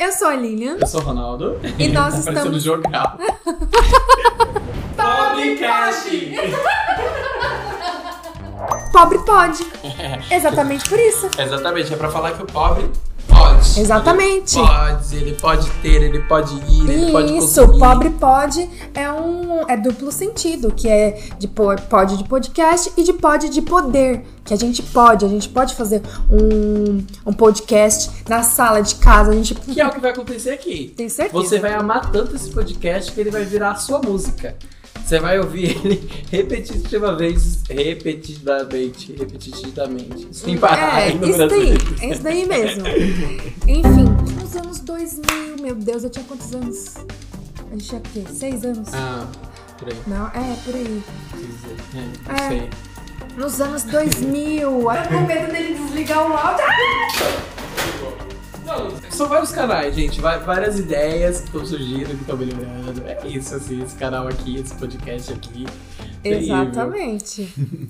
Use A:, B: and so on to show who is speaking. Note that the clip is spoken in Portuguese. A: Eu sou a Lilian
B: Eu sou o Ronaldo.
A: e nós
B: Tá parecendo
A: estamos.
B: jogar. Podcast!
A: Pobre pode! Exatamente por isso.
B: Exatamente, é pra falar que o pobre pode.
A: Exatamente.
B: Ele pode, ele pode ter, ele pode ir, ele pode
A: Isso,
B: consumir.
A: pobre pode é um é duplo sentido, que é de po- pode de podcast e de pode de poder, que a gente pode, a gente pode fazer um, um podcast na sala de casa, a gente
B: Que é o que vai acontecer aqui.
A: tem certeza.
B: Você vai amar tanto esse podcast que ele vai virar a sua música. Você vai ouvir ele repetitivamente, repetidamente, repetidamente. Sem parar
A: É,
B: aí no
A: isso daí,
B: Brasil.
A: é isso daí mesmo. Enfim, nos anos 2000, meu Deus, eu tinha quantos anos? A gente tinha o quê? Seis anos?
B: Ah, peraí,
A: Não, é, por aí.
B: preciso dizer. É,
A: É.
B: não sei.
A: Nos anos 2000. Eu tô com medo dele desligar o áudio.
B: Não, são vários canais, gente. vai- Várias ideias que estão surgindo, que estão melhorando. É isso, assim, esse canal aqui, esse podcast aqui. Terrível.
A: Exatamente.